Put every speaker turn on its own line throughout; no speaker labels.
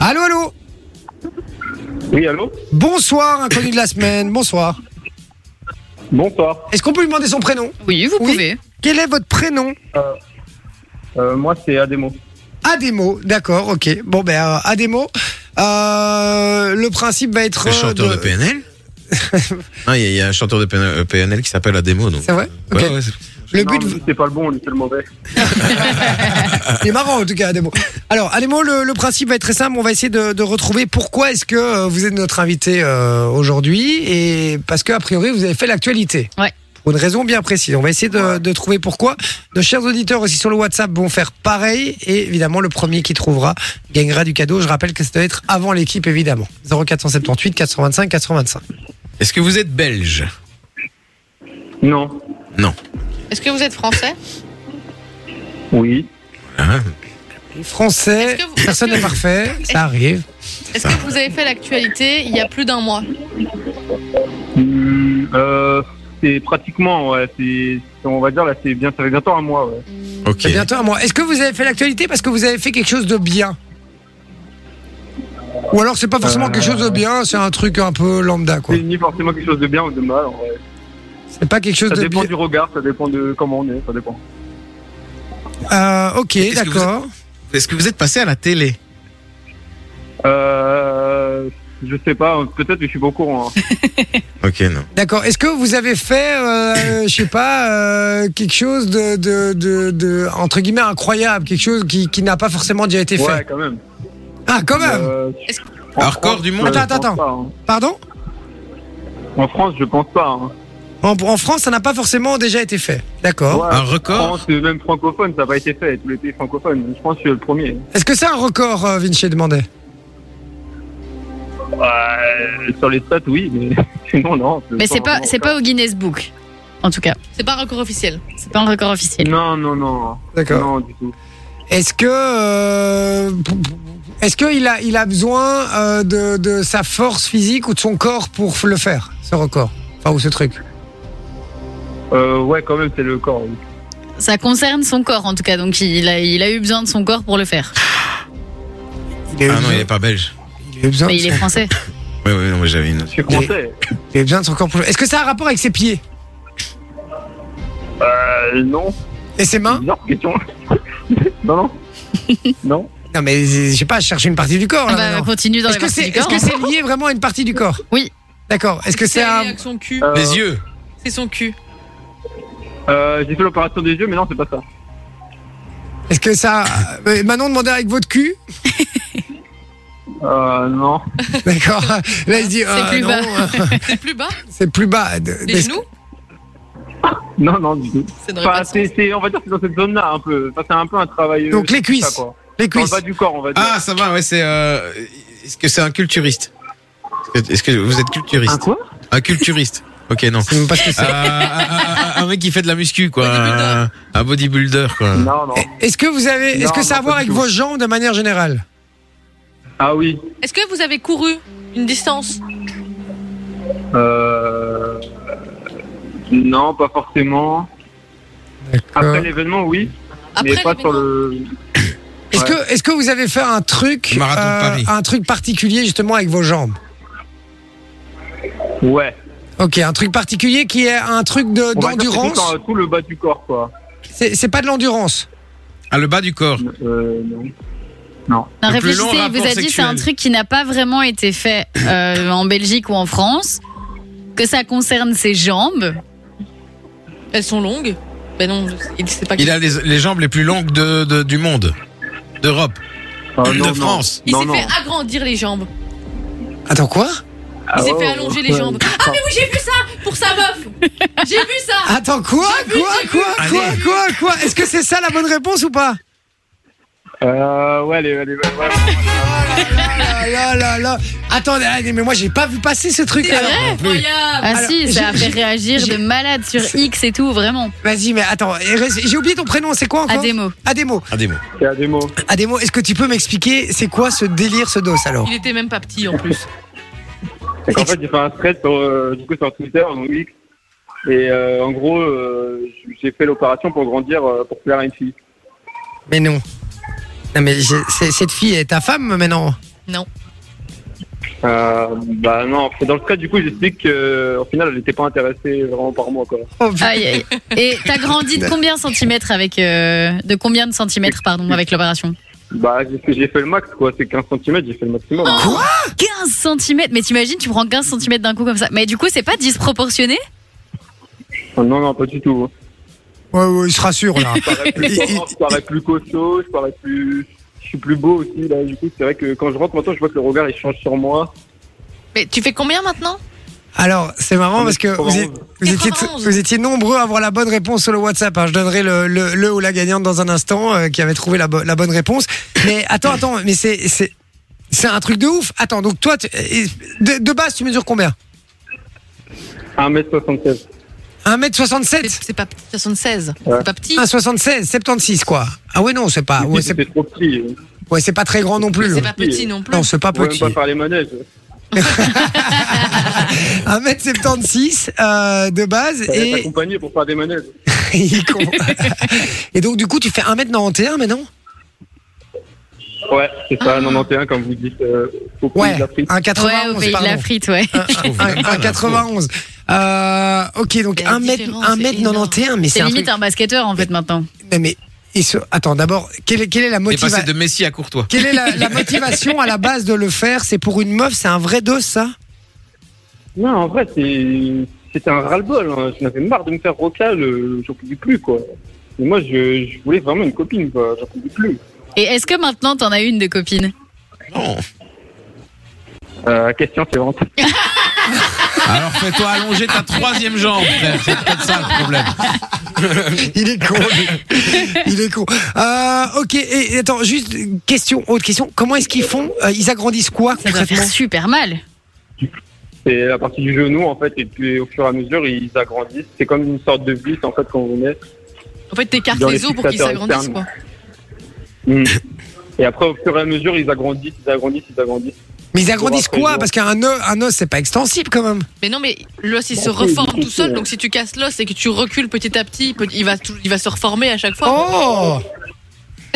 Allô, allô
Oui, allô
Bonsoir, inconnu de la semaine, bonsoir.
Bonsoir.
Est-ce qu'on peut lui demander son prénom
Oui, vous
Oui.
pouvez.
Quel est votre prénom
Euh, moi, c'est Ademo.
Ademo, d'accord, ok. Bon, ben, euh, Ademo, euh, le principe va être.
Un
euh,
chanteur de PNL Non, Ah, il y, a- il y a un chanteur de PNL, euh, PNL qui s'appelle la démo. Donc.
C'est vrai
Ouais,
Ok.
ouais, c'est-
Le
Non,
but,
lui, c'est pas le bon, lui, c'est le mauvais.
il est marrant en tout cas, Ademo. Alors, Ademo, le, le principe va être très simple. On va essayer de, de retrouver pourquoi est-ce que euh, vous êtes notre invité euh, aujourd'hui et parce que a priori vous avez fait l'actualité.
Ouais.
Pour une raison bien précise. On va essayer de, de trouver pourquoi. Nos chers auditeurs aussi sur le WhatsApp vont faire pareil et évidemment le premier qui trouvera gagnera du cadeau. Je rappelle que ça doit être avant l'équipe évidemment. 0478 425 425.
Est-ce que vous êtes belge
Non.
Non.
Est-ce que vous êtes français
Euh,
Oui.
Hein
Français,
Est-ce que vous-
personne
est-ce
n'est
que-
parfait, ça arrive.
Est-ce que vous avez fait l'actualité il y a plus d'un mois
Hum, euh, c'est pratiquement, ouais, c'est, on va dire, là, c'est bien, ça fait bientôt un mois, ouais.
Ok.
C'est bientôt à Eh moi. Est-ce que vous avez fait l'actualité parce que vous avez fait quelque chose de bien Ou alors c'est pas forcément
Euh,
quelque chose de bien, c'est un truc un peu lambda quoi.
C'est ni forcément quelque chose de bien ou de mal, en vrai.
C'est pas quelque chose
Ça
de
dépend
bien.
du regard, ça dépend de comment on est, ça dépend.
Euh, ok,
Est-ce que vous
d'accord.
Est-ce que vous êtes passé à la télé
Euh, je sais pas, peut-être que je suis pas au courant. hein.
Ok, non.
D'accord. Est-ce que vous avez fait, euh, je sais pas, euh, quelque chose de, de, de, de- entre guillemets incroyable, quelque chose qui, qui n'a pas forcément déjà été
Ouais,
fait
quand même.
Ah, quand même.
Euh,
Est-ce-
en
Alors, record du monde.
je
Attends,
pense
attends,
pas, hein.
Pardon
En France, je pense pas. hein.
en, en France, ça n'a pas forcément déjà été fait. D'accord.
Ouais,
Un
en
record
France, même francophone, ça n'a pas été fait. Tous les pays francophones, je pense que je suis le premier.
Est-ce que c'est un record, euh, Vinci demandait
Ouais, Euh, sur les stats, oui, mais sinon, non.
Mais c'est pas, c'est pas au Guinness Book, en tout cas.
C'est pas un record officiel.
C'est pas un record officiel.
Non, non, non.
D'accord.
Non, du tout.
Est-ce que euh, est-ce qu'il a il a besoin euh, de, de sa force physique ou de son corps pour f- le faire ce record enfin ou ce truc
Euh, ouais, quand même, c'est le corps. oui.
Ça concerne son corps, en tout cas. Donc il a, il a eu besoin de son corps pour le faire.
il a eu
Ah non,
besoin,
il n'est pas belge.
il a eu
Ah,
besoin
Mais
de
il est
son-
français.
Oui, oui, non, mais j'avais une.
Je suis français.
il a eu besoin de son corps pour le- est-ce que ça a un rapport avec ses pieds
Euh, non.
et ses mains
Bizarre question. non, non. non.
non mais je sais pas je cherche une partie du
Oh
corps là,
On va
maintenant.
continuer Ah bah, dans
est-ce
les
que c'est
parties du
est-ce
corps.
que c'est lié vraiment à une partie du corps
Oui.
d'accord est-ce que c'est
la
un
réaction cul
Euh,
Les yeux
C'est son cul.
euh, J'ai fait l'opération des yeux, mais non, c'est pas ça.
est-ce que ça Euh, Manon demandait avec votre cul
Euh, non.
d'accord là il dit euh,
plus
non,
bas.
euh,
C'est plus bas
c'est plus bas De-
Les
de-
genoux
Non, non, du tout.
Ça n'aurait
Enfin,
pas de sens.
c'est, c'est- on va dire que c'est dans cette zone-là, un peu. Enfin, c'est un peu un travail. euh,
donc les
je sais pas,
cuisses
quoi.
les
Dans le
cuisses
bas du corps, on va dire.
Ah, ça va, ouais, c'est. euh, Est-ce que c'est un culturiste Est-ce que- Est-ce que vous êtes
un
culturiste
quoi
Un culturiste Ok, non.
Je sais même pas ce que c'est.
Euh, un, un- un mec qui fait de la muscu, quoi.
Bodybuilder.
Un, un bodybuilder,
Ah.
quoi.
Non, non.
Est-ce que vous avez, est-ce
Oh. Non,
que ça a à
non,
voir
pas
avec
du tout.
vos jambes de manière générale
Ah oui.
Est-ce que vous avez couru une distance
Euh... Non, pas forcément.
Euh.
Après l'événement, oui, mais
Après
pas sur le.
Euh, Est-ce que, est-ce que vous avez fait un truc, euh,
Le marathon de Paris.
un truc particulier justement avec vos jambes
Ouais.
Ok, un truc particulier qui est un truc de,
On va dire que c'est
d'endurance.
Tout, en- tout le bas du corps, quoi.
C'est, c'est pas de l'endurance.
Ah, le bas du corps.
Euh, non.
Non,
Le plus long
réfléchissez, il vous
rapport
a dit c'est
sexuel.
un truc qui n'a pas vraiment été fait euh, en Belgique ou en France. Que ça concerne ses jambes.
Elles sont longues Ben non, il sait pas.
Il a les, les jambes les plus longues de, de- du monde, d'Europe,
Ah, non,
de
non.
France.
Il
Non,
s'est
non.
fait agrandir les jambes.
Attends quoi
Ah,
s'est
ouais,
fait allonger les
ouais.
jambes. Ah, Oui, j'ai vu ça pour sa meuf. J'ai vu ça.
Attends quoi Quoi Quoi
Allez.
Quoi Quoi Quoi Est-ce que c'est ça la bonne réponse ou pas
Euh, ouais, les, les- ouais, ouais.
Ah là là là. Attendez, allez, mais moi j'ai pas vu passer ce truc.
C'est
alors.
vrai, incroyable.
Ah
Alors,
si,
j'ai-
ça a fait réagir
j'ai-
de malade sur
C'est-
X et tout, vraiment.
Vas-y, mais attends, et reste- j'ai oublié ton prénom. C'est quoi
À
encore
des mots.
Ademo.
Ah, des mots.
C'est à des mots.
Ademo, est-ce que tu peux m'expliquer c'est quoi ce délire, ce dos alors
Il était même pas petit en plus.
C'est qu'en fait, j'ai fait un thread sur, euh, du coup, sur Twitter, donc X. Et euh, en gros, euh, j'ai fait l'opération pour grandir, euh, pour plaire à une fille.
Mais non. Non mais j'ai- c'est- cette fille est ta femme maintenant.
Non.
Euh, bah non, dans le cas du coup j'explique qu'au final elle n'était pas intéressée vraiment par moi quoi.
Oh, putain.
Aïe, aïe. Et t'as grandi de combien de centimètres avec euh, de combien de centimètres pardon avec l'opération
Bah j'ai fait, j'ai fait le max quoi, c'est 15 cm, j'ai fait le maximum.
15 centimètres. Mais t'imagines, tu prends 15 centimètres d'un coup comme ça. Mais du coup, c'est pas disproportionné
Non, non, pas du tout.
Ouais, ouais, il se rassure là.
Je parais plus, fort, je parais plus costaud, je parais plus. Je suis plus beau aussi là, du coup c'est vrai que quand je rentre maintenant je vois que le regard il change sur moi.
Mais tu fais combien maintenant
Alors, c'est marrant parce que vous, êtes- vous étiez,
91.
vous étiez nombreux à avoir la bonne réponse sur le WhatsApp. hein. Je donnerai le, le, le ou la gagnante dans un instant euh, qui avait trouvé la, bo- la bonne réponse. Mais attends, attends, mais c'est. c'est... C'est un truc de ouf. Attends, donc toi, tu- et- de, de base, tu mesures combien
1m76.
1m67
C'est c'est pas petit, 76.
Ouais.
C'est pas
Ah,
petit.
1,76, 76 quoi. Ah ouais non, c'est pas, ouais, c'est
C'était trop petit.
ouais, c'est pas très grand non plus.
C'est pas
petit.
petit non plus.
Non, c'est pas
On pouvait même
petit.
pas faire les manèges.
1m76 euh, de base
Fallait
et
t'accompagner pour faire des manèges.
il compte. et donc du coup tu fais 1m91 mais non
Ouais, c'est ça, 91 comme vous dites. Euh, au prix
Ah. Ouais,
de la frite.
Ouais, au
1,91
pays de la
pardon.
frite, ouais.
trouve
Un-
pas mal, hein,
1,91. Euh, ok, donc
Il y a une
1m,
différence
1m91, mais c'est
C'est
un
limite
truc.
un basketteur en fait maintenant.
Mais, mais et ce- attends, d'abord, quelle, est- quelle est la
T'es passé
motivation
de Messi à Courtois.
Quelle est la, la motivation à la base de le faire C'est pour une meuf, c'est un vrai dos ça
Non, en vrai, c'est c'était un ras-le-bol. hein. J'en avais marre de me faire rocal, euh, j'en pouvais plus, quoi. Et moi, je, je voulais vraiment une copine, quoi. J'en pouvais plus.
Et est-ce que maintenant t'en as une de copine
Non.
Euh, question suivante.
Alors fais-toi allonger ta troisième jambe, frère. C'est peut-être ça le problème.
Il est con. lui. Il est con. Euh, ok, et et attends, juste une question, autre question. Comment est-ce qu'ils font Euh, Ils agrandissent quoi
Ça doit
concrètement
faire super mal.
C'est la partie du genou, en fait, et puis au fur et à mesure, ils agrandissent. C'est comme une sorte de vis, en fait, quand on est.
En fait, t'écartes
Dans
les,
les
os pour qu'ils
fixateurs
s'agrandissent, quoi.
externes. Mm. Et après, au fur et à mesure, ils agrandissent, ils agrandissent, ils agrandissent.
Mais ils agrandissent
Bon, après,
quoi
bon.
Parce qu'un os, un os, c'est pas extensible quand même.
Mais non, mais l'os, il se
Bah, c'est
reforme tout
difficile,
seul.
hein.
Donc, si tu casses l'os et que tu recules petit à petit, petit- il va, tout- il va se reformer à chaque fois.
Oh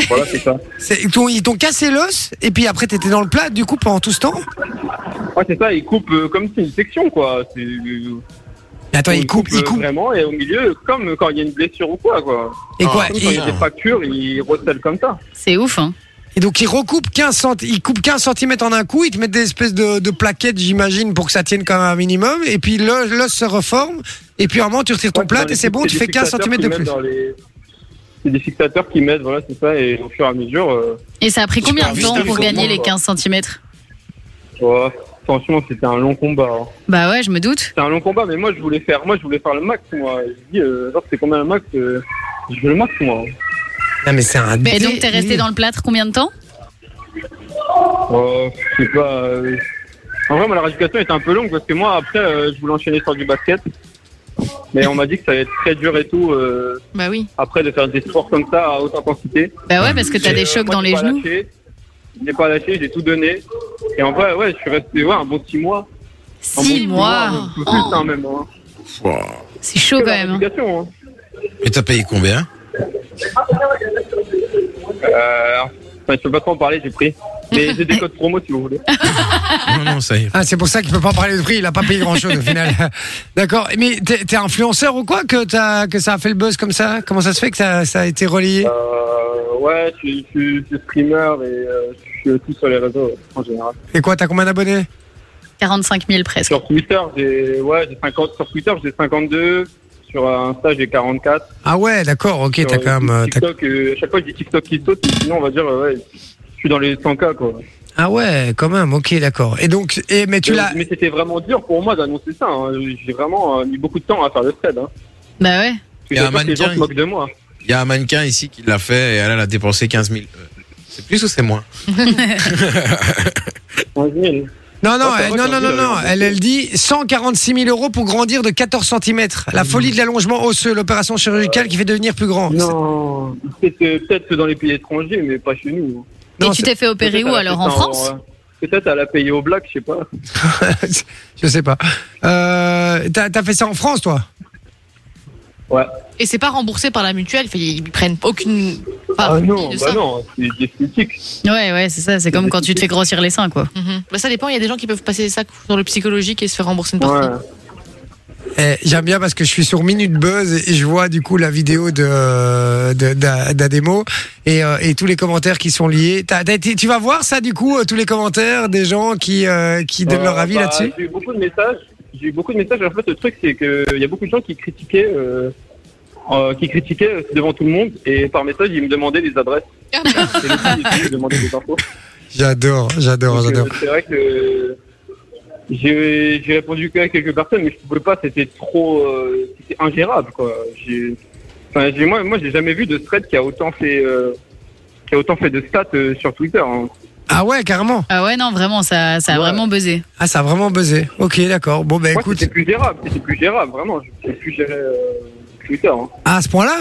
Voilà, c'est ça.
C'est- ils t'ont- Ils t'ont cassé l'os et puis après t'étais dans le plat du coup pendant tout ce temps.
Ouais, c'est ça, ils coupent euh, comme si c'est une section, quoi. C'est.
Mais attends, ils coupent, ils
euh,
coupent.
Vraiment, et au milieu, comme quand il y a une blessure ou quoi, quoi.
Et quoi
Comme quand il
et,
y a des fractures, ils recèlent comme ça.
C'est ouf, hein.
et donc ils recoupent 15 cent- ils coupent 15 cm en un coup, ils te mettent des espèces de, de plaquettes, j'imagine, pour que ça tienne quand même un minimum. Et puis l'os l'os se reforme. Et puis à un moment tu retires ton
Ouais,
plat
dans les-
et c'est bon,
c'est
tu
des
fais 15
fixateurs
cm
qui
de
mettent
plus.
dans les- C'est des fixateurs qui mettent, voilà, c'est ça, et au fur et à mesure, euh,
Et ça a pris
Super
combien de temps
mystérieux,
pour gagner les
quoi.
15 centimètres
oh, franchement, c'était un long combat. hein.
Bah ouais, je me doute.
C'était un long combat, mais moi, je voulais faire, moi, je voulais faire le max, moi. Je dis, euh, genre, c'est combien le max euh, Je veux le max, moi.
Non mais c'est un
Et
délire.
donc t'es resté dans le plâtre combien de temps
Oh, je sais pas. euh, En vrai, moi, la rééducation était un peu longue parce que moi, après, euh, je voulais enchaîner sur du basket. Mais on m'a dit que ça allait être très dur et tout, euh,
Bah oui.
après, de faire des sports comme ça à haute intensité.
Bah ouais, parce que t'as
Et,
des
euh,
chocs
moi,
dans
j'ai
les
pas
genoux.
lâché. J'ai pas lâché, j'ai tout donné. Et en vrai, ouais, je suis resté ouais, un bon six mois. Un bon
Six
six
mois. Oh,
un peu plus, hein, même. hein.
C'est chaud
Que
quand
la
même. hein.
rééducation, hein.
Et t'as payé combien
Euh, enfin, je peux pas trop en parler, j'ai pris. Mais j'ai des codes promo si vous voulez.
Non, non, ça y est.
Ah, c'est pour ça qu'il peut pas parler de prix, il a pas payé grand chose au final. D'accord. Mais t'es t'es influenceur ou quoi que, t'as- que ça a fait le buzz comme ça Comment ça se fait que ça, ça a été relayé
Euh, ouais, je suis- je suis je suis streamer et euh, je suis tout sur les réseaux ouais, en général.
Et quoi, t'as combien d'abonnés
45 000 presque.
Sur Twitter, j'ai ouais, j'ai 50. Sur Twitter, j'ai 52. Sur euh, Insta, j'ai 44.
Ah ouais, d'accord, ok, t'as
Sur, euh,
quand même. euh, t'as-
TikTok, euh, à chaque fois, je dis TikTok qui saute. Sinon, on va dire, euh, ouais, je suis dans les 100K quoi.
Ah ouais, quand même, ok, d'accord. Et donc, et, mais tu
Mais-
l'as.
Mais c'était vraiment dur pour moi d'annoncer ça. hein. J'ai vraiment euh, mis beaucoup de temps à faire le thread. Hein.
Bah ouais.
Il y a
J'ai
un
peur que les gens
mannequin,
se moquent de moi.
Il y a un mannequin ici qui l'a fait et elle, elle a dépensé 15 000. Euh, C'est plus ou c'est moins
11 000.
Non, non,
Oh, c'est
elle-
vrai
non,
qu'elle
non,
dit,
non,
elle
non.
avait
Elle, elle dit 146 000 euros pour grandir de 14 cm.
Mmh.
La folie de l'allongement osseux, l'opération chirurgicale qui fait devenir plus grand.
Non. Peut-être euh, peut-être dans les pays étrangers, mais pas chez nous. hein.
Non,
Et tu
c'est-
t'es fait opérer
Peut-être
où
à la-
alors En
peut-être
France
euh, Peut-être à la payer au black, je sais pas.
Je sais pas. Euh, t'as t'as fait ça en France, toi
Ouais.
Et c'est pas remboursé par la mutuelle. Enfin, ils prennent aucune part
ah
de
non, bah
ça.
non, c'est des critiques.
Ouais, ouais, c'est ça. C'est comme quand tu te fais grossir les seins, quoi.
Mhm. Bah, ça dépend. Il y a des gens qui peuvent passer ça dans le psychologique et se faire rembourser une partie.
Ouais.
Eh, J'aime bien parce que je suis sur Minute Buzz et je vois du coup la vidéo de de- d'A- d'Ademo et, euh, et tous les commentaires qui sont liés. T'as- t'as été- tu vas voir ça du coup, euh, tous les commentaires des gens qui euh, qui donnent leur
Euh,
avis
bah,
là-dessus.
J'ai eu beaucoup de messages. J'ai eu beaucoup de messages. En fait, le truc, c'est qu'il y a beaucoup de gens qui critiquaient, euh, euh, qui critiquaient euh, devant tout le monde. Et par message, ils me demandaient les adresses.
Ah,
Et le coup, ils me demandaient des infos.
J'adore, j'adore,
Donc, euh,
j'adore.
C'est vrai que j'ai j'ai répondu qu'à quelques personnes, mais je pouvais pas. C'était trop, euh, c'était ingérable, quoi. J'ai- Enfin, j'ai- moi, moi, j'ai jamais vu de thread qui a autant fait, euh, qui a autant fait de stats euh, sur Twitter. hein.
Ah ouais, carrément.
Ah ouais, non, vraiment, ça, ça a
Ouais.
vraiment buzzé.
Ah ça a vraiment buzzé. Ok, d'accord. Bon bah
Moi,
écoute,
c'était plus gérable, c'était plus gérable, vraiment. Je ne plus gérer euh, Twitter. hein.
ah, à ce point-là.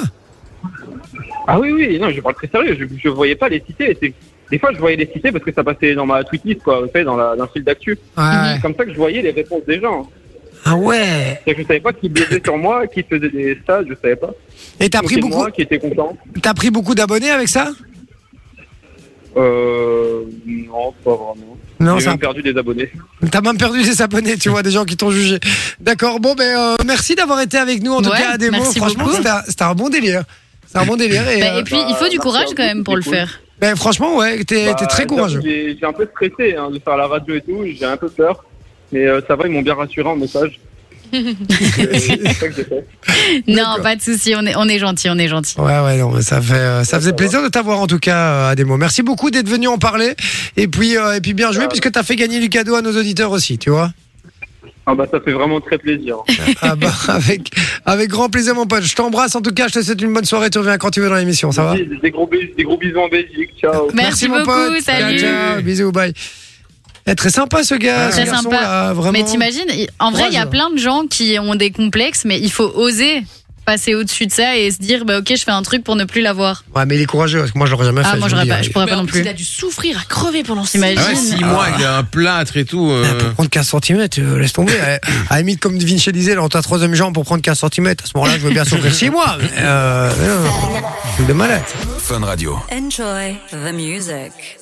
Ah oui, oui, non, je parle très sérieux. Je, je voyais pas les cités. C'est- Des fois, je voyais les cités parce que ça passait dans ma tweet list, quoi, vous savez, dans, la, dans le fil d'actu.
Ouais, ouais.
C'est comme ça que je voyais les réponses des gens. hein.
Ah ouais.
C'est-à-dire que je savais pas qui baisait sur moi, qui faisait des stages, je savais pas.
Et t'as
Donc,
pris
c'est
beaucoup,
Moi qui était content.
t'as pris beaucoup d'abonnés avec ça
Euh, non, pas vraiment.
Non,
J'ai
ça.
même perdu des abonnés.
T'as même perdu des abonnés, tu vois, des gens qui t'ont jugé. D'accord, bon, ben, euh, merci d'avoir été avec nous, en tout
Ouais,
cas, à des mots.
merci
Franchement,
beaucoup.
c'était un- c'était un bon délire. C'est un bon délire. Et,
Bah,
euh,
et puis, il faut du
bah,
courage
merci à
quand
vous,
même pour le
c'était cool.
faire.
ben, franchement, ouais, t'es
Bah,
t'es très courageux.
J'ai j'ai un peu stressé hein, de faire la radio et tout, j'ai un peu peur. Mais euh, ça va, ils m'ont bien rassuré en message. Donc, euh, c'est ça que j'ai fait.
Non, pas de souci, on est, on est gentil, on est gentil.
Ouais, ouais, non, mais ça fait, euh, ça faisait plaisir de t'avoir en tout cas euh, à des mots. Merci beaucoup d'être venu en parler et puis, euh, et puis bien joué
Bah, Ouais.
puisque t'as fait gagner du cadeau à nos auditeurs aussi, tu vois.
Ah bah ça fait vraiment très plaisir.
Ah bah, avec, avec grand plaisir, mon pote. Je t'embrasse en tout cas, je te souhaite une bonne soirée. Tu reviens quand tu veux dans l'émission, ça va?
Des- des, gros bis- des gros bisous en Belgique, ciao.
Merci, beaucoup, salut.
Ciao, ciao, bisous, bye. Eh, très sympa ce gars,
Très
ce garçon,
sympa.
là, vraiment.
Mais t'imagines, il- en vrai, il y a
Courage.
plein de gens qui ont des complexes, mais il faut oser passer au-dessus de ça et se dire, bah, ok, je fais un truc pour ne plus l'avoir.
Ouais, mais il est courageux, parce que moi je l'aurais jamais fait.
Ah, moi,
je vous
j'aurais
le
pas,
dis,
je pourrais
Mais
pas
en
non
plus,
plus.
Il a dû souffrir à crever pendant six
T'imagines
Ah ouais,
Imagine.
6 mois avec un plâtre et tout. euh,
hein. Pour prendre 15 cm, laisse tomber. eh. À la limite, comme Vinci disait, là, on t'a troisième jambe pour prendre 15 cm. À ce moment-là, je veux bien s'ouvrir chez moi. mais, Euh, mais non, non, truc de malade.
Enjoy the music.